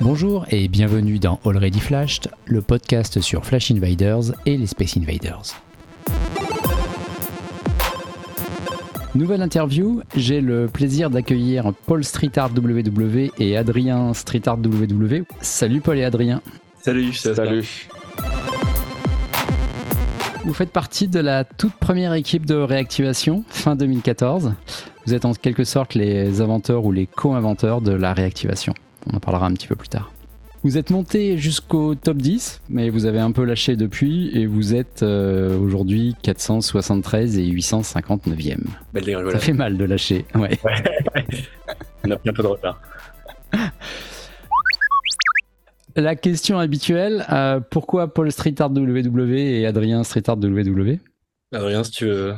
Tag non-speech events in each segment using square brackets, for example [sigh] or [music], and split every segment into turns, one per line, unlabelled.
Bonjour et bienvenue dans Already Flashed, le podcast sur Flash Invaders et les Space Invaders. Nouvelle interview, j'ai le plaisir d'accueillir Paul Streetart WW et Adrien Streetart WW. Salut Paul et Adrien.
Salut,
Salut.
Vous faites partie de la toute première équipe de réactivation fin 2014. Vous êtes en quelque sorte les inventeurs ou les co-inventeurs de la réactivation. On en parlera un petit peu plus tard. Vous êtes monté jusqu'au top 10, mais vous avez un peu lâché depuis et vous êtes euh, aujourd'hui 473 et 859e.
Belle dégringolade.
Ça fait mal de lâcher, ouais.
On a pris un peu de retard.
La question habituelle, euh, pourquoi Paul Streetart WW et Adrien Streetart WW
Adrien, si tu veux.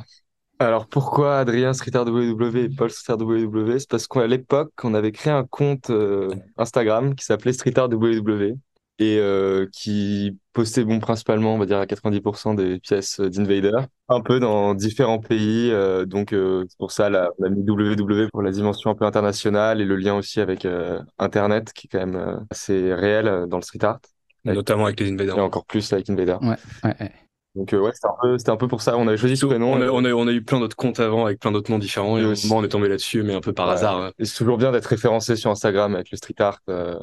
Alors pourquoi Adrien Streetard WW E et Paul Streetard WW E? C'est parce qu'à l'époque, on avait créé un compte euh, Instagram qui s'appelait Streetard WW E et euh, qui postait bon, principalement, on va dire, à 90% des pièces euh, d'Invader, un peu dans différents pays. euh, donc euh, c'est pour ça, là, on a mis WW pour la dimension un peu internationale et le lien aussi avec euh, Internet qui est quand même euh, assez réel euh, dans le street art
Notamment avec les
et
Invaders.
encore plus avec Invader.
Ouais, ouais.
Donc euh, ouais, c'était un, peu- c'était un peu pour ça, on avait choisi ce prénom. euh,
On a, on a- on a eu plein d'autres comptes avant avec plein d'autres noms différents et
Et
au
aussi-
moment, on est tombé là-dessus, mais un peu par
Ouais.
hasard. hein.
Et c'est toujours bien d'être référencé sur Instagram avec le street art. euh,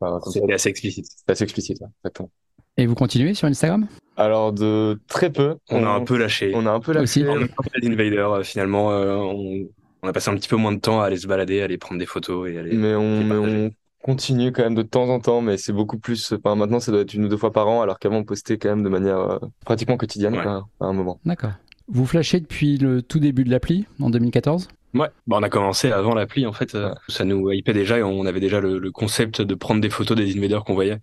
enfin, comme ça,
C'était assez explicite.
c'est assez explicite, ouais, exactement.
Et vous continuez sur Instagram
Alors, de très peu,
On a un peu lâché.
on a un peu lâché.
Aussi.
On a pas fait les Invaders, euh, finalement. euh, on, on a passé un petit peu moins de temps à aller se balader, à aller prendre des photos et aller.
mais on,
J'ai
mais
partagé.
on continue quand même de temps en temps, mais c'est beaucoup plus. Enfin, maintenant, ça doit être une ou deux fois par an, alors qu'avant, on postait quand même de manière euh, pratiquement quotidienne
Ouais.
quoi, à un moment.
D'accord. Vous flashez depuis le tout début de l'appli, en 2014
Ouais, bah, on a commencé avant l'appli en fait. euh, Ça nous hypait déjà et on avait déjà le, le concept de prendre des photos des invaders qu'on voyait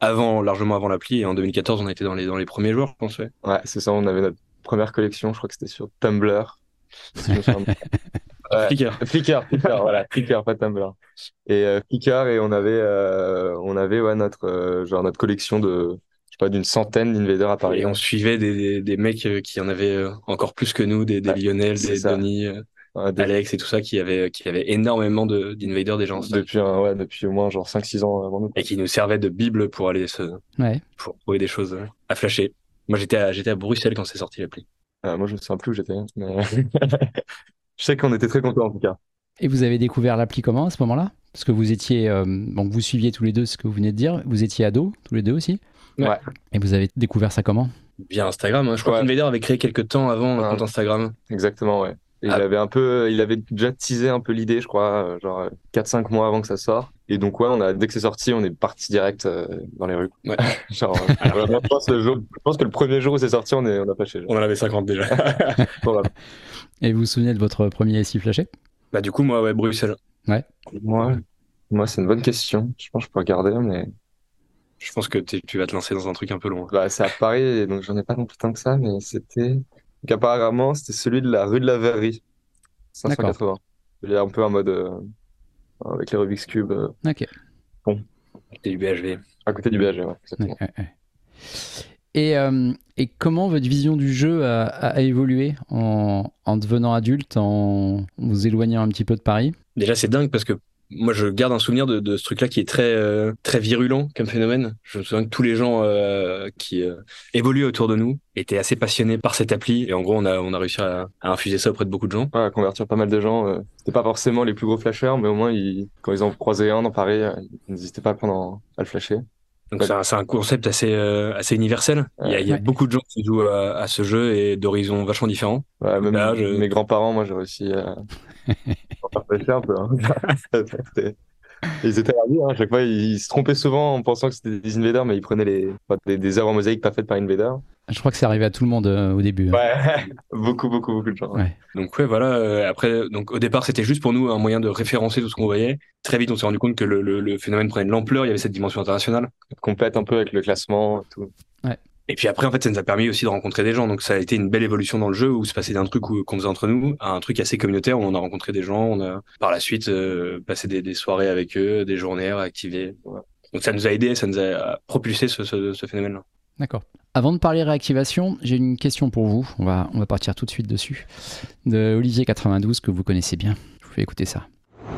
avant, largement avant l'appli. Et en 2014, on était dans les, dans les premiers joueurs, je pense. ouais.
Ouais, c'est ça, on avait notre première collection, je crois que c'était sur Tumblr. si je me souviens bien.
[laughs]
Ouais.
Flickr.
Flickr, Flickr, voilà, Flickr, pas Tumblr. Et euh, Flickr, et on avait, euh, on avait ouais, notre, euh, genre notre collection de, je sais pas, d'une centaine d'invaders à Paris. hein.
Et on suivait des, des, des mecs euh, qui en avaient euh, encore plus que nous, des, des
Ouais,
Lionel,
c'est
des
ça.
Denis, euh,
Ouais, de-
Alex et tout ça, qui avaient, qui avaient énormément de- d'invaders déjà en stock
depuis, un- ouais, depuis au moins genre 5-6 ans avant nous.
et qui nous servaient de bible pour aller se,
Ouais.
pour trouver des choses euh, à flasher. Moi, j'étais à, j'étais à Bruxelles quand c'est sorti l'appli.
Euh, moi, je me souviens plus où j'étais. mais- [laughs] je sais qu'on était très contents en tout cas.
Et vous avez découvert l'appli comment à ce moment-là Parce que vous étiez, euh, donc vous suiviez tous les deux ce que vous venez de dire, vous étiez ados, tous les deux aussi
Ouais.
Et vous avez découvert ça comment
Via Instagram, hein. Je crois
Ouais.
qu'Invader avait créé quelques temps avant un
Ouais.
compte Instagram.
Exactement, ouais. Et il
Ah.
avait un peu, il avait déjà teasé un peu l'idée, je crois, euh, genre euh, 4-5 mois avant que ça sorte. Et donc, ouais, on a, dès que c'est sorti, on est parti direct euh, dans les rues.
Ouais.
[laughs] Genre, euh, vraiment, je, pense le jour- je pense que le premier jour où c'est sorti, on, est, on a pêché. genre.
On en avait 50 déjà.
Voilà.
Et vous vous souvenez de votre premier SI flashé
Bah du coup moi ouais Bruxelles.
Moi, moi c'est une bonne question. Je pense que je peux regarder, mais
Je pense que t'es- tu vas te lancer dans un truc un peu long.
bah, c'est à Paris, et donc j'en ai pas non plus tant que ça, mais c'était. Donc, apparemment, c'était celui de la rue de la Verrerie, 580. Il est un peu en mode. euh, avec les Rubik's Cube, euh,
Ok.
T'es du BHV.
à côté du BAG, ouais, exactement.
Ouais, ouais, ouais. Et, euh, et comment votre vision du jeu a, a- a évolué en, en devenant adulte, en vous éloignant un petit peu de Paris
Déjà c'est dingue parce que moi je garde un souvenir de, de ce truc-là qui est très euh, très virulent comme phénomène. Je me souviens que tous les gens euh, qui euh, évoluaient autour de nous étaient assez passionnés par cette appli et en gros on a on a réussi à, à infuser ça auprès de beaucoup de gens.
Ouais, à convertir pas mal de gens. euh, C'était pas forcément les plus gros flashers, mais au moins, ils- quand ils en croisaient un dans Paris, euh, ils n'hésitaient pas à, prendre en- à le flasher.
Donc
Ouais.
c'est un, c'est un concept assez euh, assez universel. Il y a, il y a
Ouais.
beaucoup de gens qui jouent à, à ce jeu et d'horizons vachement différents.
Ouais, même
Là, je-
mes grands-parents, moi, j'ai
[laughs]
réussi à à faire flasher un peu. hein. [laughs] C'était- Ils étaient ravis, hein. à chaque fois, ils, ils se trompaient souvent en pensant que c'était des invaders, mais ils prenaient les... enfin, des, des œuvres en mosaïque pas faites par invader.
Je crois que c'est arrivé à tout le monde euh, au début. hein.
Ouais, [laughs] beaucoup, beaucoup, beaucoup de gens.
Ouais.
Donc ouais voilà. euh, après donc au départ c'était juste pour nous un moyen de référencer tout ce qu'on voyait. Très vite on s'est rendu compte que le, le, le phénomène prenait de l'ampleur. Il y avait cette dimension internationale.
Compète un peu avec le classement, et tout.
Et puis après, en fait, ça nous a permis aussi de rencontrer des gens. Donc ça a été une belle évolution dans le jeu où se passait d'un truc où- qu'on faisait entre nous à un truc assez communautaire où on a rencontré des gens, on a par la suite euh, passé des, des soirées avec eux, des journées à activer. Voilà. Donc ça nous a aidé, ça nous a propulsé ce, ce, ce phénomène-là.
D'accord. Avant de parler réactivation, j'ai une question pour vous. On va, on va partir tout de suite dessus. De Olivier92, que vous connaissez bien. Je vous fais écouter ça.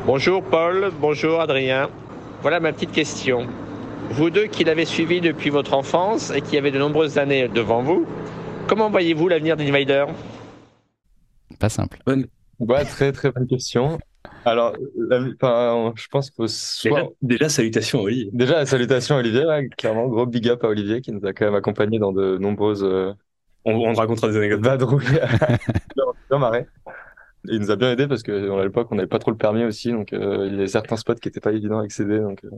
Bonjour Paul, bonjour Adrien. Voilà ma petite question. Vous deux qui l'avez suivi depuis votre enfance et qui avez de nombreuses années devant vous, comment voyez-vous l'avenir d'Invader
Pas simple.
Ouais, très très bonne question. Alors, la- enfin, je pense qu'il faut soit...
Déjà, déjà, salutations à Oli.
Déjà, salutations à Olivier, ouais, clairement, gros big up à Olivier qui nous a quand même accompagnés dans de nombreuses euh,
On, on te racontera des anecdotes.
[laughs] vadrouilles dans- dans Marais. Et il nous a bien aidé parce que à l'époque on n'avait pas trop le permis aussi, donc euh, il y a certains spots qui n'étaient pas évidents à accéder. Donc, euh,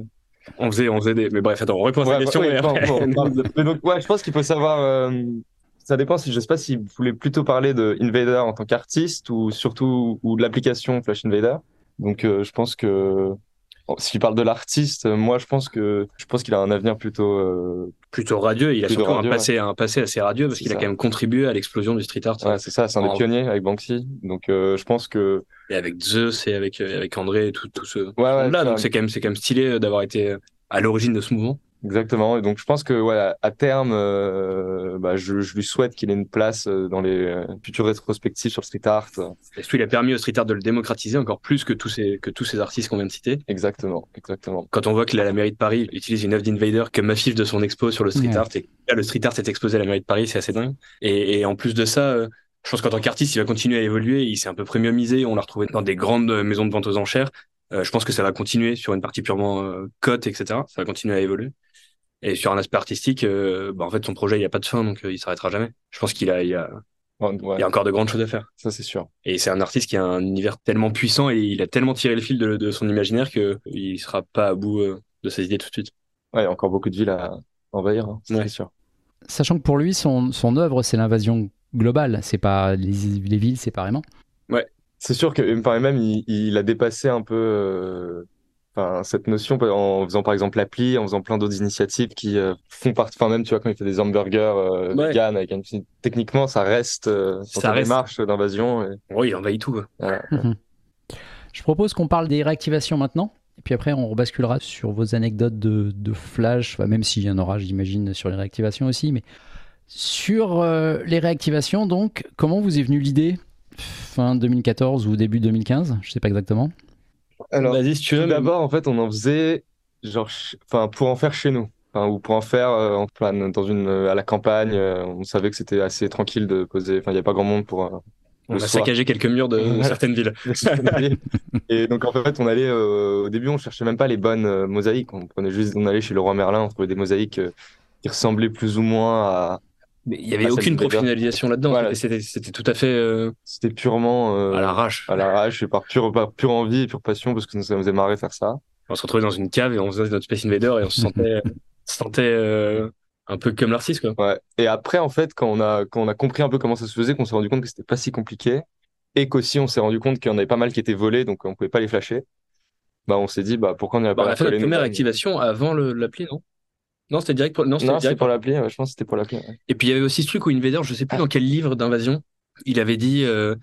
On faisait, on faisait des. Mais bref, attends, on reprend
ouais,
la question.
ouais,
mais
bon,
après-
bon, on parle de- mais donc, ouais, je pense qu'il faut savoir. euh, ça dépend si je sais pas si vous voulez plutôt parler de Invader en tant qu'artiste ou surtout ou de l'application Flash Invader. Donc euh, je pense que bon, s'il parle de l'artiste, euh, moi je pense que je pense qu'il a un avenir plutôt euh,
plutôt radieux. Il a
Plutôt
surtout
radieux,
un, passé, un passé assez radieux parce
C'est
qu'il a
ça.
quand même contribué à l'explosion du street art.
ouais, c'est ça, c'est un
En-
des pionniers avec Banksy. Donc euh, je pense que
Et avec Zeus et avec, euh, avec André et tout, tout ce
ouais, Ah ouais,
là
ça-
Donc c'est quand, même- c'est quand même stylé euh, d'avoir été euh, à l'origine de ce mouvement.
Exactement. Et donc, je pense que ouais, à- à terme, euh, bah, je, je lui souhaite qu'il ait une place euh, dans les euh, futures rétrospectives sur le street art.
Et surtout, il a permis au street art de le démocratiser encore plus que tous ces, que tous ces artistes qu'on vient de citer.
Exactement, exactement.
Quand on voit que la, la mairie de Paris utilise une œuvre d'Invader comme affiche de son expo sur le street
Ouais.
art, et que là, le street art est exposé à la mairie de Paris, c'est assez dingue. Et, et en plus de ça, euh, je pense qu'en tant qu'artiste, il va continuer à évoluer. Il s'est un peu premiumisé. On l'a retrouvé dans des grandes euh, maisons de vente aux enchères. Euh, je pense que ça va continuer sur une partie purement euh, cote, etc. Ça va continuer à évoluer. Et sur un aspect artistique, euh, bah, en fait, son projet, il n'y a pas de fin, donc euh, il s'arrêtera jamais. Je pense qu'il a, il a,
Ouais, Oh, ouais,
il y a encore de grandes choses à faire.
ça c'est sûr.
Et c'est un artiste qui a un univers tellement puissant et il a tellement tiré le fil de, de son imaginaire que il sera pas à bout euh, de ses idées tout de suite.
Ouais, il y a encore beaucoup de villes à envahir, hein, ça,
Ouais.
c'est sûr.
Sachant que pour lui, son, son œuvre, c'est l'invasion globale, c'est pas les, les villes séparément.
C'est sûr que enfin, et même il, il a dépassé un peu euh, enfin, cette notion en faisant par exemple l'appli, en faisant plein d'autres initiatives qui euh, font partie. Enfin même tu vois quand il fait des hamburgers euh,
Ouais.
vegan avec un petit- techniquement ça reste euh, dans
Ça
sa
reste.
démarche d'invasion. et-
Ouais, il envahit tout. quoi.
voilà.
Je propose qu'on parle des réactivations maintenant, et puis après on rebasculera sur vos anecdotes de, de flash, enfin, même s'il y en aura, j'imagine, sur les réactivations aussi. Mais sur euh, les réactivations, donc, comment vous est venue l'idée fin 2014 ou début 2015, je sais pas exactement.
Alors,
Vas-y, si tu veux.
Tout
mais-
d'abord, en fait, on en faisait, genre, ch- enfin, pour en faire chez nous, enfin, ou pour en faire euh, en plan, dans une, euh, à la campagne. euh, on savait que c'était assez tranquille de poser. Enfin, il n'y a pas grand monde pour. euh, [laughs]
On
le
a
soir.
saccagé quelques murs [laughs] de, de
Voilà.
certaines villes.
Et donc, en fait, on allait euh, au début, on cherchait même pas les bonnes euh, mosaïques. On prenait juste, on allait chez le roi Merlin, on trouvait des mosaïques euh, qui ressemblaient plus ou moins à.
Mais il y avait
Ah, ça
aucune
me fait peur.
professionnalisation là-dedans.
Voilà.
Et C'était c'était tout à fait euh,
C'était purement euh,
à l'arrache.
à l'arrache et par pure, par pure envie et pure passion, parce que nous, ça nous faisait marrer faire ça.
On se retrouvait dans une cave et on faisait notre Space Invader et on se [laughs] sentait, se sentait euh, un peu comme l'artiste. quoi.
Ouais. Et après, en fait, quand on a, quand on a compris un peu comment ça se faisait, qu'on s'est rendu compte que c'était pas si compliqué, et qu'aussi on s'est rendu compte qu'il y en avait pas mal qui étaient volés, donc on pouvait pas les flasher, bah on s'est dit, bah pourquoi on n'irait
Bah,
pas
on a
la
fait notre
coller
première
nous-mêmes?
activation avant le- l'appli, non Non, c'était direct pour. Non, c'était
Non,
direct
c'était pour l'appli, ouais, je pense que c'était pour l'appli. ouais.
Et puis il y avait aussi ce truc où Invader, je sais plus dans quel livre d'invasion, il avait dit euh,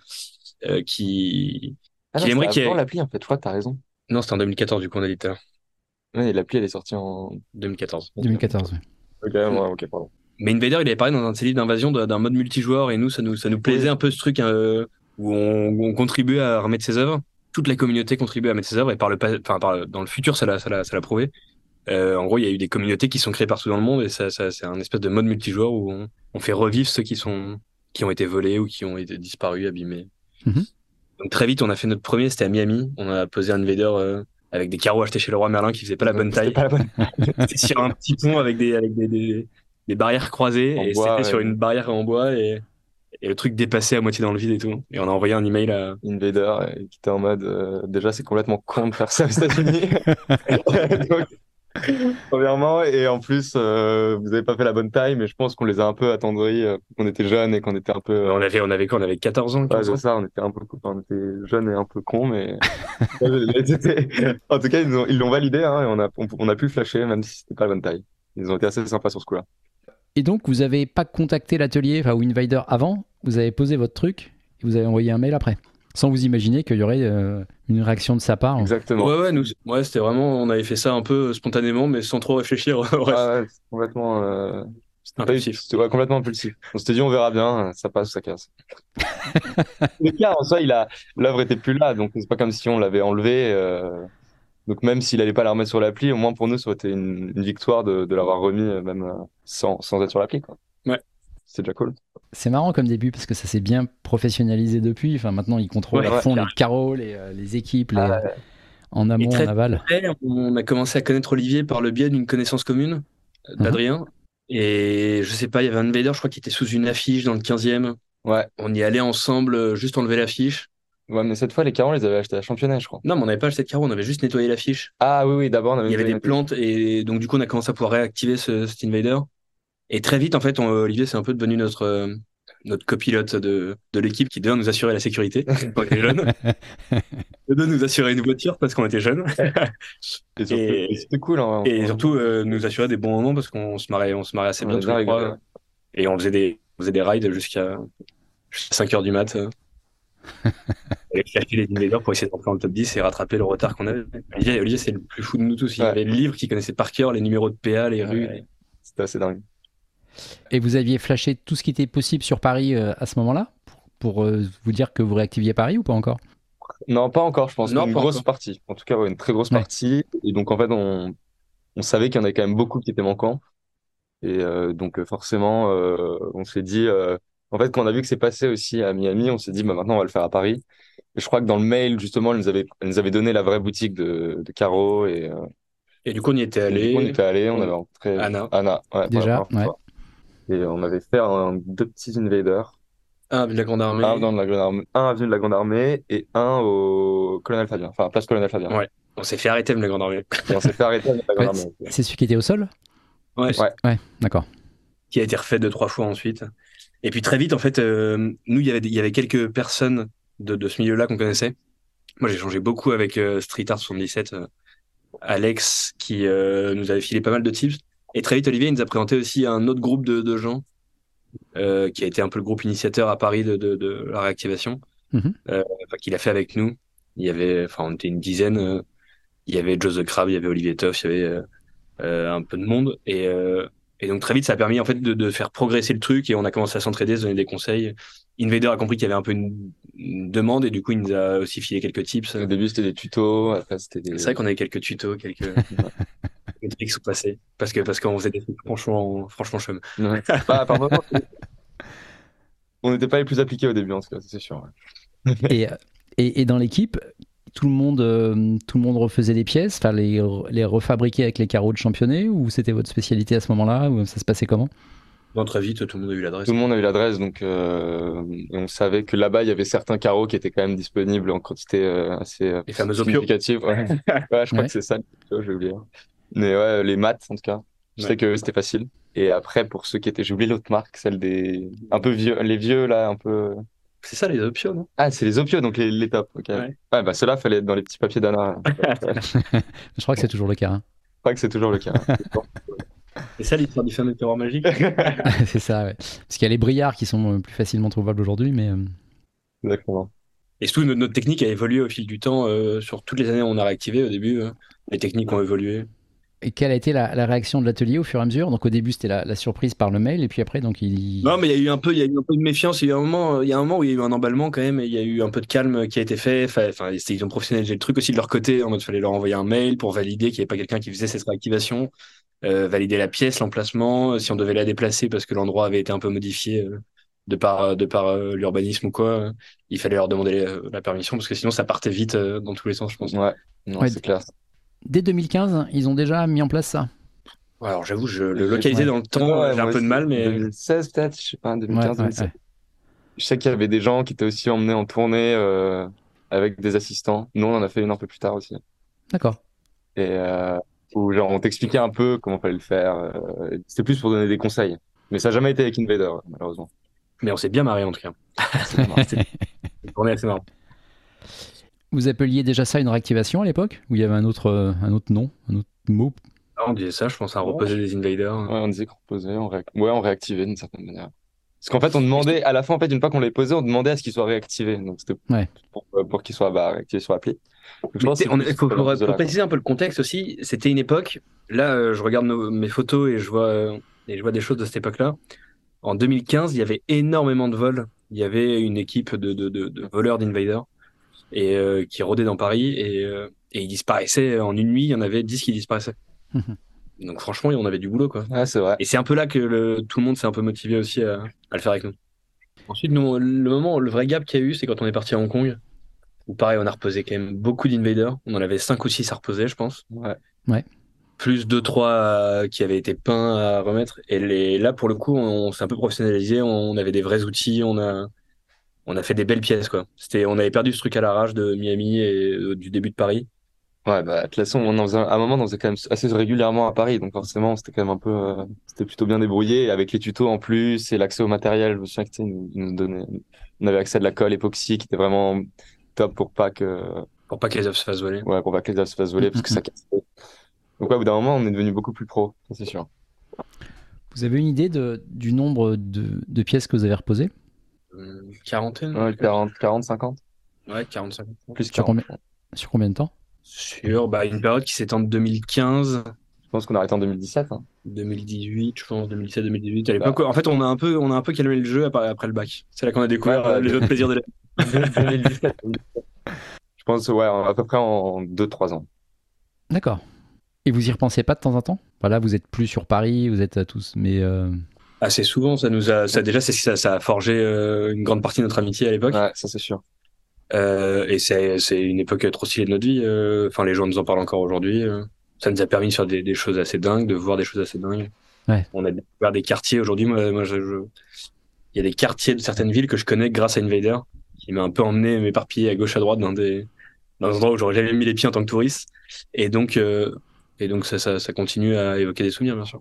euh, qu'il
Ah non,
Qu'il aimerait
c'était
qu'il y ait-
avant l'appli, en fait, je crois que t'as raison.
non c'était en 2014 du coup on a dit tout à l'heure.
Ouais, l'appli, elle est sortie en.
2014.
2014, oui.
Ok, ouais, ok, pardon.
Mais Invader, il avait parlé dans un de ses livres d'invasion d'un d'un mode multijoueur et nous ça nous ça nous plaisait un peu ce truc euh, où on, où on contribuait à remettre ses œuvres. Toute la communauté contribuait à mettre ses œuvres et par le pas- enfin par le- dans le futur ça l'a ça l'a ça l'a prouvé. Euh, en gros, il y a eu des communautés qui sont créées partout dans le monde et ça, ça c'est un espèce de mode multijoueur où on, on fait revivre ceux qui sont qui ont été volés ou qui ont été disparus, abîmés.
Mhm.
Donc très vite, on a fait notre premier, c'était à Miami. On a posé un Invader euh, avec des carreaux achetés chez le roi Merlin qui faisait pas la bonne
C'était
taille.
pas la bonne-
C'était sur un petit pont avec des, avec des, des, des barrières croisées
En
et
bois,
c'était
ouais.
sur une barrière en bois et, et le truc dépassait à moitié dans le vide et tout. Et on a envoyé un email à. euh,
Invader, et qui était en mode, euh, déjà, c'est complètement con de faire ça aux États-Unis. [laughs] Donc, Premièrement, et en plus, euh, vous avez pas fait la bonne taille, mais je pense qu'on les a un peu attendris, euh, qu'on était jeunes et qu'on était un peu. euh,
On avait, on avait quoi On avait 14 ans,
Ouais,
15 ans
c'est ça, on était un peu, enfin, on était jeunes et un peu cons, mais [laughs] en tout cas, ils ont- ils l'ont validé, hein, et on a, on, on a pu le flasher, même si c'était pas la bonne taille. Ils ont été assez sympas sur ce coup-là.
Et donc, vous avez pas contacté l'atelier, enfin, ou Invader avant, vous avez posé votre truc, et vous avez envoyé un mail après, sans vous imaginer qu'il y aurait euh, une réaction de sa part.
Exactement.
Ouais, ouais, nous, ouais, c'était vraiment, on avait fait ça un peu euh, spontanément, mais sans trop réfléchir. au reste.
Ouais, ouais, c'est complètement, euh, c'était
Impulsif.
pas- c'était- ouais, complètement impulsif. On s'était dit, on verra bien, ça passe ou ça casse.
[laughs]
Le cas, en soi, il a, l'œuvre était plus là, donc c'est pas comme si on l'avait enlevé, euh, Donc même s'il n'allait pas la remettre sur l'appli, au moins pour nous, ça aurait été une, une victoire de, de l'avoir remis euh, même euh, sans, sans être sur l'appli. quoi.
Ouais.
C'est déjà cool.
C'est marrant comme début parce que ça s'est bien professionnalisé depuis. Enfin, maintenant, ils contrôlent
Ouais,
à
ouais,
fond les
carrément.
carreaux, les, euh, les équipes, les,
Ah
euh, en amont,
Et très-
en aval.
Après, on a commencé à connaître Olivier par le biais d'une connaissance commune euh,
Mhm.
d'Adrien. Et je sais pas, il y avait un invader, je crois, qui était sous une affiche dans le 15e.
Ouais.
On y allait ensemble, euh, juste enlever l'affiche.
Ouais, mais cette fois, les carreaux, on les avait achetés à championnat, je crois.
Non, mais on n'avait pas acheté de carreau, on avait juste nettoyé l'affiche.
Ah oui, oui, d'abord, on avait
Il y avait
une-
des plantes et donc, du coup, on a commencé à pouvoir réactiver ce, cet invader. Et très vite, en fait, on- Olivier, c'est un peu devenu notre, euh, notre copilote de, de l'équipe qui devait nous assurer la sécurité quand on était jeunes. Et de nous assurer une voiture parce qu'on était jeunes.
Et surtout-
et-
et c'était cool. hein.
Et
On-
surtout, euh, nous assurer des bons moments parce qu'on se marrait, on se marrait assez
on
bien
a
tous
bien
les trois.
rigolé, ouais.
Et on faisait des, on faisait des rides jusqu'à 5h du
[laughs]
mat. euh. et chercher les invaders pour essayer d'entrer dans le top 10 et rattraper le retard qu'on avait. Olivier, Olivier, c'est le plus fou de nous tous. Il
Ouais.
avait le livre qu'il connaissait par cœur, les numéros de PA, les rues.
Ouais. C'était assez dingue.
Et vous aviez flashé tout ce qui était possible sur Paris euh, à ce moment-là pour, pour, euh, vous dire que vous réactiviez Paris ou pas encore
Non, pas encore, je pense.
Non,
une
pas
grosse
encore.
partie. En tout cas, ouais, une très grosse
Ouais.
partie. Et donc, en fait, on, on savait qu'il y en avait quand même beaucoup qui étaient manquants. Et euh, donc, euh, forcément, euh, on s'est dit. euh, En fait, quand on a vu que c'est passé aussi à Miami, on s'est dit, bah, maintenant, on va le faire à Paris. Et je crois que dans le mail, justement, elle nous avait, elle nous avait donné la vraie boutique de, de Caro. Et, euh,
Et du coup, on y était
du coup, on
allé.
était allés, on
on-
avait rencontré
Anna.
Anna ouais, pour la
Déjà,
première fois. Et on avait fait un- deux petits invaders.
Ah, de la Grande Armée.
Un, dans la Grande Armée, un avenue de la Grande Armée et un au Colonel Fabien, enfin place Colonel Fabien.
Ouais. On s'est fait arrêter, mais la Grande Armée.
Et on s'est fait arrêter à la Grande
Ouais,
Armée.
C'est celui qui était au sol
Ouais.
Ouais.
Ouais, d'accord.
qui a été refait deux, trois fois ensuite. Et puis très vite, en fait, euh, nous, il y avait, il y avait quelques personnes de, de ce milieu-là qu'on connaissait. Moi, j'ai changé beaucoup avec euh, Street Art 77, euh, Alex, qui euh, nous avait filé pas mal de tips. Et très vite, Olivier il nous a présenté aussi un autre groupe de, de gens, euh, qui a été un peu le groupe initiateur à Paris de, de, de la réactivation,
Mhm.
euh, enfin, qu'il a fait avec nous. Il y avait, enfin, on était une dizaine. euh, il y avait Joe the Crab, il y avait Olivier Toff, il y avait euh, euh, un peu de monde. Et, euh, et donc très vite, ça a permis en fait de, de faire progresser le truc et on a commencé à s'entraider, se donner des conseils. Invader a compris qu'il y avait un peu une, une demande et du coup, il nous a aussi filé quelques tips.
Au début, c'était des tutos, après, c'était des.
C'est vrai qu'on avait quelques tutos, quelques
[laughs]
des trucs qui sont passés parce que parce qu'on faisait des trucs franchement franchement chum.
Ouais. Ah, pardon. [laughs] on n'était pas les plus appliqués au début, en tout cas, ça, c'est sûr. ouais.
Et, et, et dans l'équipe, tout, le monde, euh, tout le monde refaisait des pièces, enfin, les, re- les refabriquer avec les carreaux de championnet ou c'était votre spécialité à ce moment-là ou ça se passait comment
Non, très vite, tout le monde a eu l'adresse.
Tout le monde a eu l'adresse, donc euh, et on savait que là-bas, il y avait certains carreaux qui étaient quand même disponibles en quantité euh, assez euh,
Les fameux opios.
significative. [laughs] Ouais. Ouais, je crois
Ouais.
que c'est ça, j'ai oublié. Mais ouais, euh, les maths, en tout cas. Je sais
Ouais.
que c'était facile. Et après, pour ceux qui étaient, j'ai oublié l'autre marque, celle des. Un peu vieux, les vieux, là, un peu. euh,
C'est ça les opios, non
Ah, c'est les opios, donc les, les tops, ok.
Ouais.
Ouais, bah ceux-là, fallait être dans les petits papiers d'Anna. Je
Je crois que c'est toujours le cas. hein. [laughs]
crois que c'est toujours le cas.
C'est ça l'histoire du fameux terror
[laughs]
magique.
c'est ça, ouais. Parce qu'il y a les brillards qui sont euh, plus facilement trouvables aujourd'hui, mais. euh,
Exactement.
Et surtout, notre, notre technique a évolué au fil du temps. euh, sur toutes les années, où on a réactivé au début. euh, les techniques ont évolué.
Et quelle a été la, la réaction de l'atelier au fur et à mesure Donc au début c'était la, la surprise par le mail et puis après donc il...
Non, mais il y a eu un peu, il y a eu un peu de méfiance. Il y a eu un moment, euh, il y a un moment où il y a eu un emballement quand même. Et il y a eu un peu de calme euh, qui a été fait. Enfin, enfin, ils- ils ont professionnalisé le truc aussi de leur côté. En mode, fallait leur envoyer un mail pour valider qu'il n'y avait pas quelqu'un qui faisait cette réactivation, euh, valider la pièce, l'emplacement, euh, si on devait la déplacer parce que l'endroit avait été un peu modifié euh, de par euh, de par euh, l'urbanisme ou quoi. euh, il fallait leur demander euh, la, la permission parce que sinon ça partait vite euh, dans tous les sens, je pense.
Ouais, non,
Ouais.
c'est clair.
Dès 2015 ils ont déjà mis en place ça.
Ouais, Alors j'avoue, je le
Ouais,
localiser dans le temps,
Ouais,
j'ai un
moi
peu de
aussi.
mal, mais
2016, peut-être, je sais pas,
Ouais,
2015,
ouais,
2016.
ouais.
Je sais qu'il y avait des gens qui étaient aussi emmenés en tournée euh, avec des assistants. Nous, on en a fait une un peu plus tard aussi.
D'accord.
et euh, où genre on t'expliquait un peu comment fallait le faire. euh, c'était plus pour donner des conseils. Mais ça n'a jamais été avec Invader, malheureusement.
mais on s'est bien marré en tout
[laughs]
cas.
C'est dommage.
Une journée assez marrante.
Vous appeliez déjà ça une réactivation à l'époque Ou il y avait un autre, euh, un autre nom, un autre mot
Ah, On disait ça, je pense, à reposer des invaders.
Ouais, on disait qu'on reposait, on, réac- ouais, on réactivait d'une certaine manière. Parce qu'en fait, on demandait, à la fin, en fait, une fois qu'on l'avait posé, on demandait à ce qu'il soit réactivé. Donc c'était
Ouais.
pour, euh, pour qu'il soit bah, réactivé sur l'appli. Donc, je
Mais
pense que
t'es- on-
c'est plus
faut,
dans
faut-
ce
faut
là, quoi.
préciser un peu le contexte aussi. C'était une époque. Là, euh, je regarde nos- mes photos et je vois, euh, et je vois des choses de cette époque-là. En 2015, il y avait énormément de vols. Il y avait une équipe de, de, de, de voleurs d'Invader. et euh, qui rôdaient dans Paris et, euh, et ils disparaissaient en une nuit. Il y en avait 10 qui
[laughs]
disparaissaient.
Mhm.
Donc franchement, on avait du boulot quoi.
Ah, c'est vrai.
Et c'est un peu là que le- tout le monde s'est un peu motivé aussi à, à le faire avec nous. Ensuite, nous, le moment, le vrai gap qu'il y a eu, c'est quand on est parti à Hong Kong. Où pareil, on a reposé quand même beaucoup d'invaders. On en avait 5 ou 6 à reposer, je pense.
Ouais.
Plus 2-3 qui avaient été peints à remettre. Et les, là, pour le coup, on, s'est un peu professionnalisé. On avait des vrais outils. On a, on a fait des belles pièces, quoi. C'était, on avait perdu ce truc à l'arrache de Miami et euh, du début de Paris.
Ouais, bah, de toute façon, on en faisait, à un moment, on en faisait quand même assez régulièrement à Paris. Donc, forcément, c'était quand même un peu, euh, c'était plutôt bien débrouillé. Et Avec les tutos en plus et l'accès au matériel, je me souviens que, tu sais, ils nous, ils nous donnaient, on avait accès à de la colle époxy qui était vraiment top pour pas que,
Pour pas que les œuvres se fassent voler.
ouais, pour pas que les œufs se fassent voler parce que ça casse. Donc, ouais, au bout d'un moment, on est devenu beaucoup plus pro. ça, C'est sûr.
Vous avez une idée de- du nombre de, de pièces que vous avez reposées
Euh, Quarantaine?
Ouais, 40, 40, 50.
Ouais, 45.
Plus
Sur
40.
combien, sur combien de temps
Sur bah, une période qui s'étend de 2015
Je pense qu'on a arrêté en 2017, hein.
2018, je pense, 2017, 2018. À l'époque, en fait, on a un peu, on a un peu calmé le jeu après, après le bac. C'est là qu'on a découvert
Ouais, ouais,
euh, les autres plaisirs de la...
2017. Je pense, ouais, en- à peu près en 2-3 ans.
D'accord. Et vous y repensez pas de temps en temps Voilà, vous êtes plus sur Paris, vous êtes à tous, mais euh,
assez souvent. Ça nous a, ça déjà, c'est ça, ça a forgé euh, une grande partie de notre amitié à l'époque.
Ouais, ça c'est sûr.
Euh, et c'est, c'est une époque trop stylée de notre vie. euh, Enfin, les gens nous en parlent encore aujourd'hui. euh. Ça nous a permis de faire des, des choses assez dingues, de voir des choses assez dingues.
Ouais.
On a découvert des quartiers aujourd'hui. Moi, moi, je, je- il y a des quartiers de certaines villes que je connais grâce à Invader, qui m'a un peu emmené m'éparpiller à gauche à droite dans des, dans des endroits où j'aurais jamais mis les pieds en tant que touriste. Et donc, euh, et donc ça, ça, ça continue à évoquer des souvenirs, bien sûr.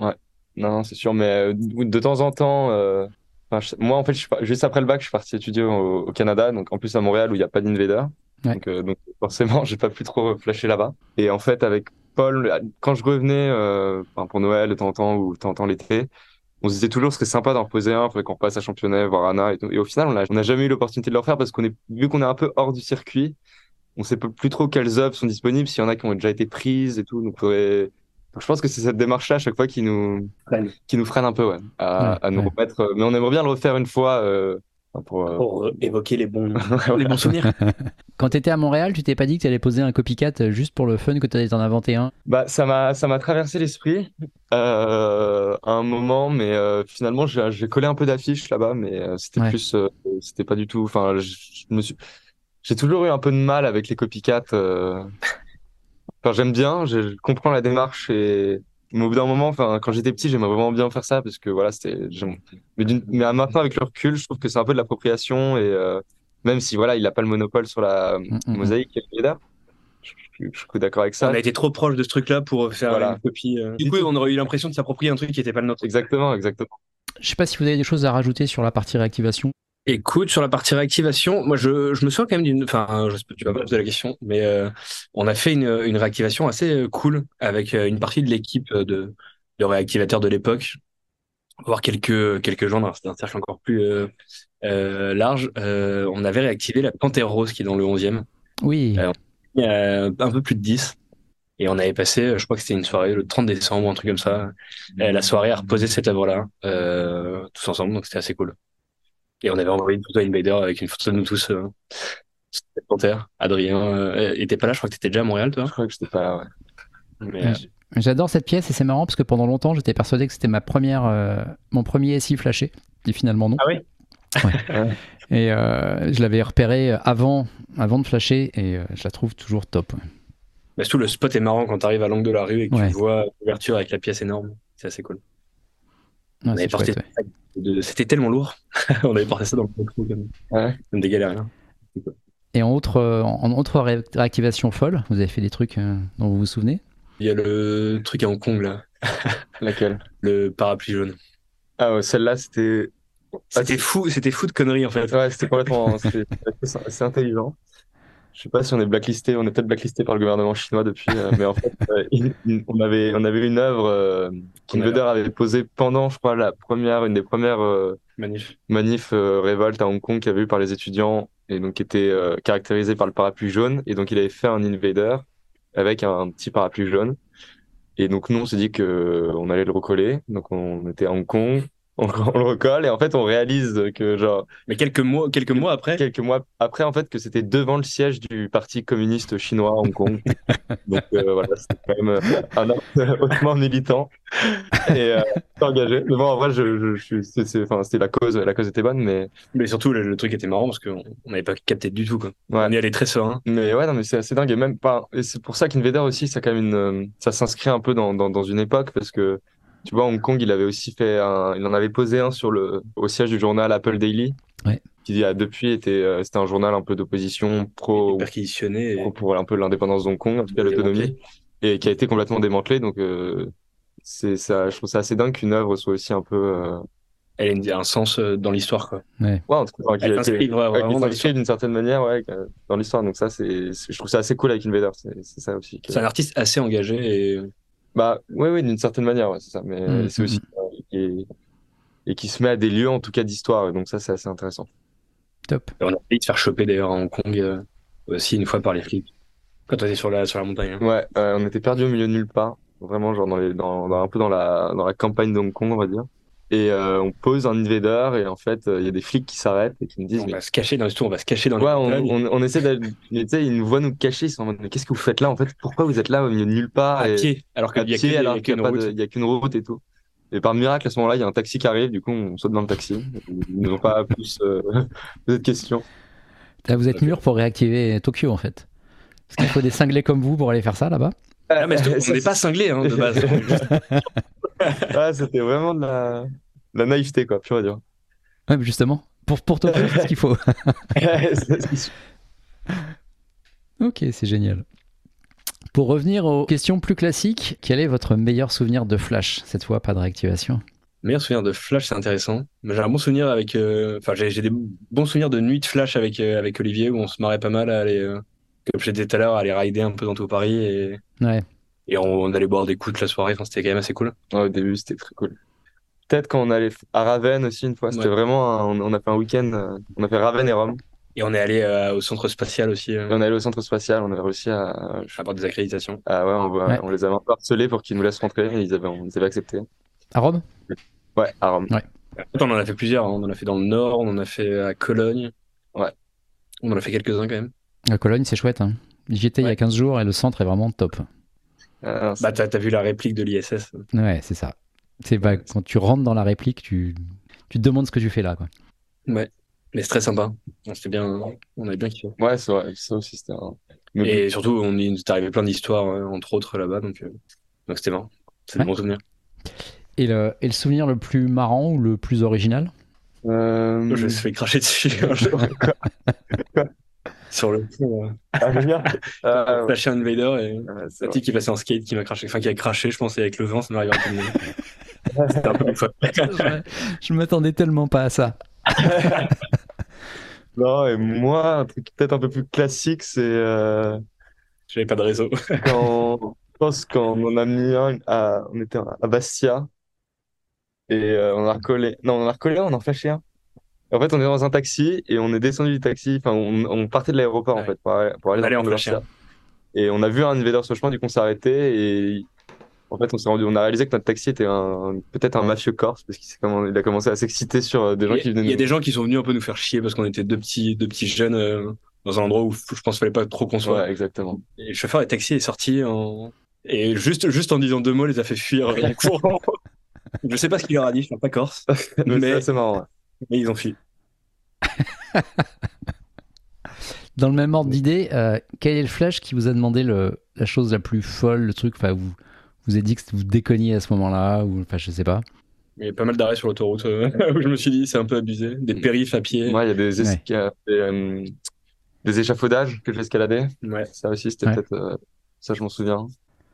Non, non, c'est sûr, mais euh, de temps en temps, euh, enfin, je- moi en fait, je suis par- juste après le bac, je suis parti étudier au, au Canada, donc en plus à Montréal où il n'y a pas d'invader.
Ouais.
Donc, euh, donc forcément, [laughs] j'ai pas pu trop flasher là-bas. Et en fait, avec Paul, quand je revenais euh, enfin, pour Noël de temps en temps ou de temps en temps l'été, on se disait toujours ce serait sympa d'en reposer un, faudrait qu'on passe à Championnet, voir Anna et tout. Et au final, on n'a on n'a jamais eu l'opportunité de le refaire parce qu'on est, vu qu'on est un peu hors du circuit, on sait peu- plus trop quelles œuvres sont disponibles, s'il y en a qui ont déjà été prises et tout. Donc, faudrait... donc je pense que c'est cette démarche-là à chaque fois qui nous,
Freine.
qui nous freine un peu ouais, à,
Ouais,
à nous
ouais.
remettre. euh, Mais on aimerait bien le refaire une fois euh, enfin, pour. euh,
Pour euh, évoquer les [laughs] bons,
ouais.
les bons souvenirs.
quand t'étais à Montréal, tu t'es pas dit que t'allais poser un copycat euh, juste pour le fun que t'allais t'en inventer un
Bah, ça m'a ça m'a traversé l'esprit euh, à un moment, mais euh, finalement j'ai j'ai collé un peu d'affiches là-bas, mais euh, c'était
Ouais.
plus euh, c'était pas du tout. Enfin, je je me suis j'ai toujours eu un peu de mal avec les copycats. euh. Enfin, j'aime bien, je je comprends la démarche et mais au bout d'un moment, enfin, quand j'étais petit, j'aimais vraiment bien faire ça parce que voilà, c'était j'aime- mais d'une- mais à maintenant avec le recul, je trouve que c'est un peu de l'appropriation et euh, même si voilà, il a pas le monopole sur la
Mm, mm, mm.
mosaïque, Yeda, je je- je suis d'accord avec ça.
On a été trop proche de ce truc-là pour faire
Voilà.
une copie. euh. Du coup, on aurait eu l'impression de s'approprier un truc qui n'était pas le nôtre.
Exactement, exactement.
Je sais pas si vous avez des choses à rajouter sur la partie réactivation.
Écoute, sur la partie réactivation, moi, je, je me souviens quand même d'une. Enfin, je sais pas, tu vas pas poser la question, mais euh, on a fait une, une réactivation assez euh, cool avec euh, une partie de l'équipe euh, de, de réactivateurs de l'époque, voire quelques, quelques gens d'un d'un cercle encore plus euh, euh, large. Euh, on avait réactivé la Panthère Rose qui est dans le 11e.
Oui,
Euh, il y a un peu plus de 10. Et on avait passé, euh, je crois que c'était une soirée le 30 décembre, un truc comme ça. Euh, la soirée à reposer cette œuvre-là, euh, tous ensemble, donc c'était assez cool. Et on avait envoyé une photo à Invader avec une photo de nous tous. Euh, sur cette panthère. Adrien euh, était pas là, je crois que t'étais déjà à Montréal, toi.
Je crois que j'étais pas là, ouais.
Mais, euh,
Ouais. j'adore cette pièce et c'est marrant parce que pendant longtemps, j'étais persuadé que c'était ma première, euh, mon premier SI flashé. Et finalement, non.
Ah oui [laughs]
Ouais. Et euh, je l'avais repéré avant, avant de flasher et euh, je la trouve toujours top. ouais.
Bah, surtout, le spot est marrant quand t'arrives à l'angle de la rue et que
Ouais.
tu vois l'ouverture avec la pièce énorme. C'est assez cool.
Ouais,
On avait
c'est
porté-
chouette, ouais.
De- C'était tellement lourd. [laughs] on avait porté ça dans le métro comme,
Ouais.
comme des galériens.
Et en autre, euh, en autre ré- réactivation folle, vous avez fait des trucs euh, dont vous vous souvenez
Il y a le truc à Hong Kong, là,
Laquelle?
le parapluie jaune.
Ah ouais, celle-là, c'était. Ah,
C'était fou, c'était fou de conneries en fait.
c'est- Ouais, c'était complètement. C'était c'était assez intelligent. Je sais pas si on est blacklisté, on est peut-être blacklisté par le gouvernement chinois depuis, euh, mais en fait, euh, [laughs] il- il- on avait, on avait une œuvre euh, qu'Invader avait posée pendant, je crois, la première, une des premières euh,
Manif.
manifs euh, révoltes à Hong Kong qu'il y avait eu par les étudiants et donc qui était euh, caractérisée par le parapluie jaune. Et donc, il avait fait un Invader avec un petit parapluie jaune. Et donc, nous, on s'est dit que euh, on allait le recoller. Donc, on était à Hong Kong. [laughs] on, on le recolle et en fait on réalise que genre
Mais quelques mois, quelques mois après,
quelques mois après en fait que c'était devant le siège du parti communiste chinois à Hong Kong. Donc euh, voilà, c'était quand même euh, un acte hautement militant et euh, engagé. Mais bon, en vrai, je, je, je suis, c'est, c'est- enfin, c'était la cause, la cause était bonne, mais
mais surtout le, le truc était marrant parce qu'on on n'avait pas capté du tout. Quoi.
Ouais.
On y allait très serein.
mais ouais, non, mais c'est assez dingue et même pas. Et c'est pour ça qu'Invader aussi, ça a quand même une, euh, ça s'inscrit un peu dans, dans, dans une époque parce que tu vois, Hong Kong, il avait aussi fait, un, il en avait posé un sur le au siège du journal Apple Daily,
Ouais.
qui a depuis été, euh, c'était un journal un peu d'opposition pro
Perquisitionné. et-
pour- pour un peu l'indépendance d'Hong Kong, en tout cas l'autonomie, et qui a été complètement démantelée. Donc, euh, c'est ça, je trouve ça assez dingue qu'une œuvre soit aussi un peu. Euh...
Elle a un sens euh, dans l'histoire. Quoi.
Ouais, en tout cas, enfin, qui-
Elle
qui-
s'inscrit vra-
ouais, qui
vraiment dans
s'inscrit
l'histoire.
d'une certaine manière ouais, que- dans l'histoire. Donc, ça, c'est, c'est- je trouve ça assez cool avec Invader. C'est, c'est ça aussi. que-
C'est un artiste assez engagé et
Bah, oui, oui, d'une certaine manière, ouais, c'est ça. Mais
Mm,
c'est aussi. euh, et, et qui se met à des lieux, en tout cas, d'histoire. Et donc, ça, c'est assez intéressant.
Top.
Et on a failli se faire choper d'ailleurs à Hong Kong euh, aussi une fois par les flics. Quand on était sur la, sur la montagne. hein.
Ouais, euh, on était perdu au milieu de nulle part, vraiment genre dans les, dans, dans- un peu dans la, dans la campagne d'Hong Kong, on va dire. Et euh, on pose un invader et en fait, euh, il y a des flics qui s'arrêtent et qui nous disent,
On
mais
va se cacher dans le tour, on va se cacher dans
ouais, on,
les montagnes.
on, on essaie d'aller, mais tu sais, ils nous voient nous cacher, ils sont en mode, mais qu'est-ce que vous faites là en fait? Pourquoi vous êtes là au milieu de nulle part
à
et
pied, alors
à
qu'il y a
pied
que- il y
alors
a
qu'il n'y
qu'une
a pas de-
route.
il y a qu'une route et tout? Et par miracle, à ce moment-là, il y a un taxi qui arrive, du coup, on saute dans le taxi. Ils n'ont pas plus euh, [laughs] posé de questions.
Là, vous êtes mûr pour réactiver Tokyo en fait. Parce qu'il faut des cinglés comme vous pour aller faire ça là-bas.
Ah, mais surtout,
Ça,
on n'est pas cinglé de
[laughs]
base. On est juste-
Ah, c'était vraiment de la, de la naïveté, quoi, pure et [laughs] dure.
Ouais, mais justement, pour, pour Tokyo, c'est ce qu'il faut. [laughs]
C'est- c'est-
Ok, c'est génial. Pour revenir aux questions plus classiques, quel est votre meilleur souvenir de Flash Cette fois, pas de réactivation.
Meilleur souvenir de Flash, c'est intéressant. Mais J'ai un bon souvenir avec. euh, Enfin, j'ai j'ai des bons souvenirs de nuit de Flash avec, euh, avec Olivier où on se marrait pas mal à aller. euh, comme je disais tout à l'heure, à aller rider un peu dans tout Paris et,
Ouais.
et on, on allait boire des coups toute la soirée. Enfin, c'était quand même assez cool.
Ouais, au début, c'était très cool. Peut-être quand on allait à Ravenne aussi une fois, c'était
Ouais.
vraiment un- on, on a fait un week-end, euh, on a fait Ravenne et Rome.
Et on est allé euh, au centre spatial aussi,
Et
euh,
on est allé au centre spatial, on avait réussi à,
à part des accréditations.
à- ouais, on,
Ouais.
on les avait un peu harcelés pour qu'ils nous laissent rentrer, et ils avaient, on les avait acceptés.
À Rome
Ouais, à Rome.
En fait, on en a fait plusieurs. hein. On en a fait dans le Nord, on en a fait euh, à Cologne.
Ouais.
On en a fait quelques-uns quand même.
La Cologne, c'est chouette. hein. J'y étais il y a
Ouais.
15 jours et le centre est vraiment top.
Ah, c'est-
Bah, t'as t'as vu la réplique de l'ISS.
Ouais, c'est ça. C'est bah, quand tu rentres dans la réplique, tu, tu te demandes ce que tu fais là. Quoi.
Mais c'est très sympa. On s'était bien, on avait bien kiffé.
ouais, c'est vrai, ça aussi c'était un... Mais
Et surtout, on y- il est arrivé plein d'histoires, euh, entre autres, là-bas. Donc, euh, donc c'était marrant. C'est
Ouais.
des bons souvenirs.
Et le, et le souvenir le plus marrant ou le plus [laughs] original
bon, euh,
Je me suis fait cracher dessus [laughs] un
[laughs]
jour. Sur le pont. euh,
ah, je veux dire, euh,
Flash Invader et
ouais, c'est
la
vrai.
petite qui passait en skate qui m'a craché. Enfin, qui a craché, je pense, et avec le vent, ça m'arrive un peu mieux.
[laughs]
C'était un peu une fois.
Je je m'attendais tellement pas à ça.
Non, et moi, un truc peut-être un peu plus classique, c'est euh,
J'avais pas de réseau.
quand je pense qu'on en a mis un à on était à Bastia et euh, on en a recollé non on en a recollé un, on en a flashé un en fait on est dans un taxi et on est descendu du taxi enfin on, on partait de l'aéroport en
Ouais. hein.
fait pour aller, pour aller dans
Allez,
le
on flashait
Bastia. et on a vu un invader sur le chemin du coup on s'est arrêté et en fait on s'est rendu on a réalisé que notre taxi était un peut-être un mafieux corse parce qu'il s'est comment- il a commencé à s'exciter sur euh, des gens
Il y,
qui
a-
venaient
il y a
nous-
des gens qui sont venus un peu nous faire chier parce qu'on était deux petits, deux petits jeunes euh, dans un endroit où je pense qu'il fallait pas trop qu'on soit.
ouais exactement
Et le chauffeur des taxis est sorti en... et juste, juste en disant deux mots, les a fait fuir en
[laughs]
courant. Je sais pas ce qu'il leur a dit, je suis pas corse,
mais c'est
mais,
assez marrant ouais.
mais ils ont fui.
Dans le même ordre d'idée, euh, quel est le Flash qui vous a demandé le, la chose la plus folle, le truc Enfin, vous vous avez dit que vous déconniez à ce moment-là, ou enfin, je sais pas.
Il y a pas mal d'arrêts sur l'autoroute euh, [laughs] où je me suis dit c'est un peu abusé. Des périphes à pied.
Mm. Ouais, il y a des,
Ouais.
esca- des, euh, des échafaudages que j'ai escaladés
Ouais.
Ça aussi, c'était
Ouais.
peut-être. euh, ça, je m'en souviens.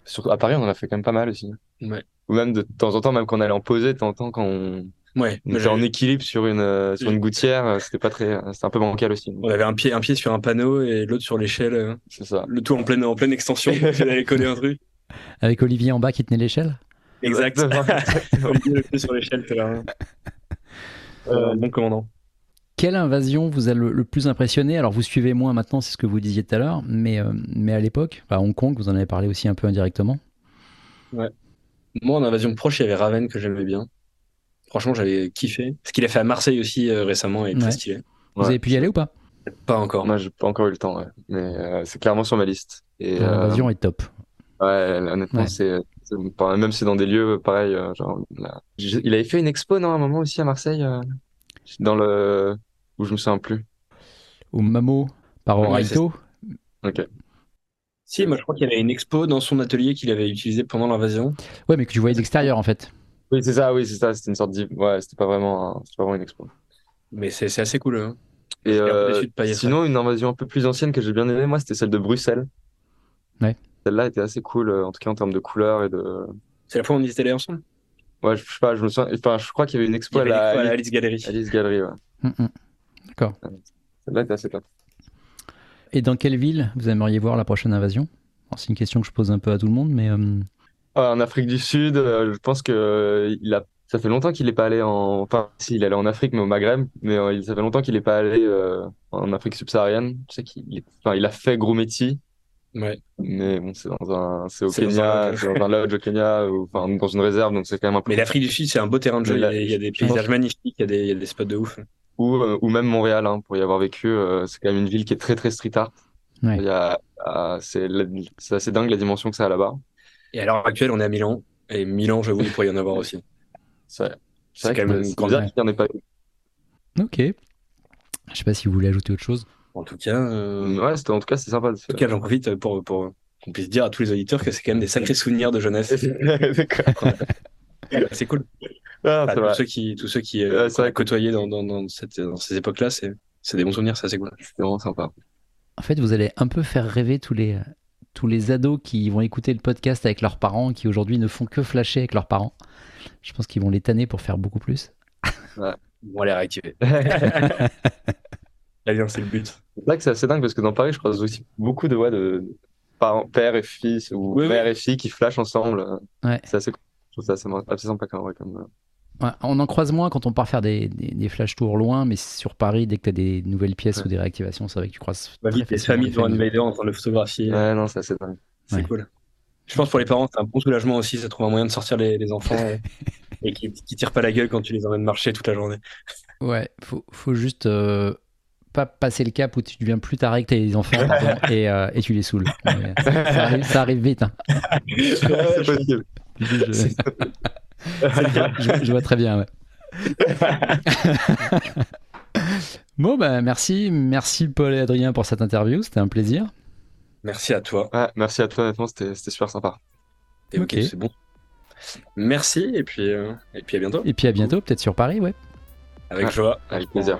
Surtout à Paris, on en a fait quand même pas mal aussi.
Ouais.
Ou même de temps en temps, même quand on allait en poser, de temps en temps, quand on,
Ouais.
on
Mais
était en
j'avais-
équilibre sur une, euh, sur une gouttière, euh, c'était pas très. euh, C'était un peu bancal aussi.
On avait un pied, un pied sur un panneau et l'autre sur l'échelle. euh,
C'est ça.
Le tout en pleine, en pleine extension.
[laughs]
Il allait coller un truc.
Avec Olivier en bas qui tenait l'échelle
Exact. [laughs]
Exactement.
Olivier, le pied sur l'échelle, c'est là. hein. Euh, bon commandant.
Quelle invasion vous a le, le plus impressionné Alors, vous suivez moins maintenant, c'est ce que vous disiez tout à l'heure, mais, euh, mais à l'époque, à Hong Kong, vous en avez parlé aussi un peu indirectement.
Moi, en invasion proche, il y avait Raven que j'aimais bien. Franchement, j'avais kiffé. Ce qu'il a fait à Marseille aussi euh, récemment est
Ouais.
très stylé.
Vous avez pu y aller ou pas
Pas encore.
Moi, j'ai pas encore eu le temps, ouais. mais euh, c'est clairement sur ma liste. Et
Euh,
euh,
L'invasion est top.
ouais, honnêtement,
Ouais.
c'est c'est- enfin, même si c'est dans des lieux pareil. euh, genre, là. J'ai- Il avait fait une expo, non, à un moment aussi à Marseille, euh, dans le où je me souviens plus.
Au Mamo, par
Ouais,
Oraito.
Ok.
Si, moi je crois qu'il y avait une expo dans son atelier qu'il avait utilisé pendant l'invasion.
Ouais, mais que tu voyais d'extérieur en fait.
Oui, c'est ça. Oui, c'est ça. C'était une sorte de. Ouais, c'était pas vraiment, un- c'était pas vraiment une expo.
Mais c'est c'est assez cool. hein.
Et
suis un peu
euh,
déçu de pas y être
sinon, une invasion un peu plus ancienne que j'ai bien aimée, moi, c'était celle de Bruxelles.
Ouais.
Celle-là était assez cool, euh, en tout cas en termes de couleurs et de.
C'est la fois où on y était allés ensemble.
Ouais, je, je sais pas, je me souviens. Enfin, je crois qu'il y avait une expo
Il y
à
avait l'expo
la
à la
Alice,
Alice Gallery.
Alice Galerie. Ouais.
Hum, hum.
Celle-là était assez top.
Et dans quelle ville vous aimeriez voir la prochaine invasion Alors, C'est une question que je pose un peu à tout le monde, mais euh,
Ah, en Afrique du Sud, euh, je pense que euh, il a. Ça fait longtemps qu'il n'est pas allé en. Enfin, si, il allait en Afrique, mais au Maghreb. Mais euh, il- ça fait longtemps qu'il n'est pas allé euh, en Afrique subsaharienne. Je sais qu'il est- enfin, il a fait Grumeti.
Ouais.
Mais bon, c'est dans un, c'est au
C'est dans un
Kenya,
lodge.
c'est dans un lodge au Kenya, ou enfin dans une réserve, donc c'est quand même un peu.
Mais l'Afrique du Sud, c'est un beau terrain de jeu.
Mais
Il y a,
la-
il y a des
je pense-
paysages magnifiques, il y, a des, il y a des spots de ouf.
Ou, euh, ou même Montréal, hein, pour y avoir vécu, euh, c'est quand même une ville qui est très très street art.
Ouais.
Il y a, ah, c'est, la- c'est assez dingue la dimension que ça a là-bas.
Et à l'heure actuelle, on est à Milan. Et Milan, j'avoue, il pourrait y en avoir aussi.
C'est,
C'est
vrai
quand
que
même une
[laughs] c'est
grande
bizarre
ville.
qu'il n'y en ait pas eu.
ok. Je sais pas si vous voulez ajouter autre chose.
En tout cas, euh,
Ouais, c'était, en tout cas, c'est sympa de
en tout
[laughs]
cas j'en profite pour, pour qu'on puisse dire à tous les auditeurs que c'est quand même des sacrés souvenirs de jeunesse.
D'accord.
c'est cool.
Ah,
Enfin,
c'est
tous
vrai.
ceux qui, tous ceux qui
Ouais,
euh,
c'est
qu'on a
vrai que-
côtoyé dans, dans, dans, cette- dans ces époques-là, c'est c'est des bons souvenirs, ça c'est cool.
C'est vraiment sympa.
En fait, vous allez un peu faire rêver tous les, tous les ados qui vont écouter le podcast avec leurs parents, qui aujourd'hui ne font que flasher avec leurs parents. Je pense qu'ils vont les tanner pour faire beaucoup plus.
On va les réactiver. Là, bien, c'est le but.
C'est vrai que c'est assez dingue parce que dans Paris, je croise aussi beaucoup de, ouais, de parents, père et fils ou
Oui, oui.
mère et fille qui flashent ensemble.
Ouais.
C'est assez, je trouve ça assez, assez sympa quand même. Comme, euh,
Ouais, on en croise moins quand on part faire des, des, des flash tours loin, mais sur Paris, dès que tu as des nouvelles pièces
Ouais.
ou des réactivations, c'est vrai que tu croises.
On va
très
vite Bah, les
facilement
familles
les
devant
familles.
Invader en train de le photographier.
Ouais, non, c'est assez dingue.
C'est
Ouais.
cool. Je pense pour les parents, c'est un bon soulagement aussi, ça trouve un moyen de sortir les, les enfants euh, [laughs] et qui, qui tirent pas la gueule quand tu les emmènes marcher toute la journée.
Ouais, faut, faut juste euh, pas passer le cap où tu deviens plus taré que tes enfants pardon, et, euh, et tu les saoules. Mais ça, arrive, ça arrive vite. hein.
[laughs] c'est
[laughs]
possible.
Je,
C'est-
je- je vois très bien. ouais. bon, bah, merci. Merci Paul et Adrien pour cette interview. C'était un plaisir.
Merci à toi.
Ouais, merci à toi, honnêtement, c'était c'était super sympa.
Et ok,
Ok.
c'est bon. Merci et puis, euh, et puis à bientôt.
Et puis à bientôt, peut-être sur Paris, ouais.
Avec joie.
Avec plaisir.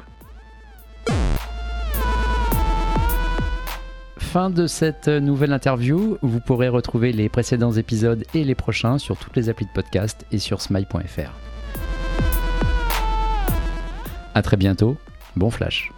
Fin de cette nouvelle interview. Vous pourrez retrouver les précédents épisodes et les prochains sur toutes les applis de podcast et sur smile.fr. À très bientôt. Bon flash.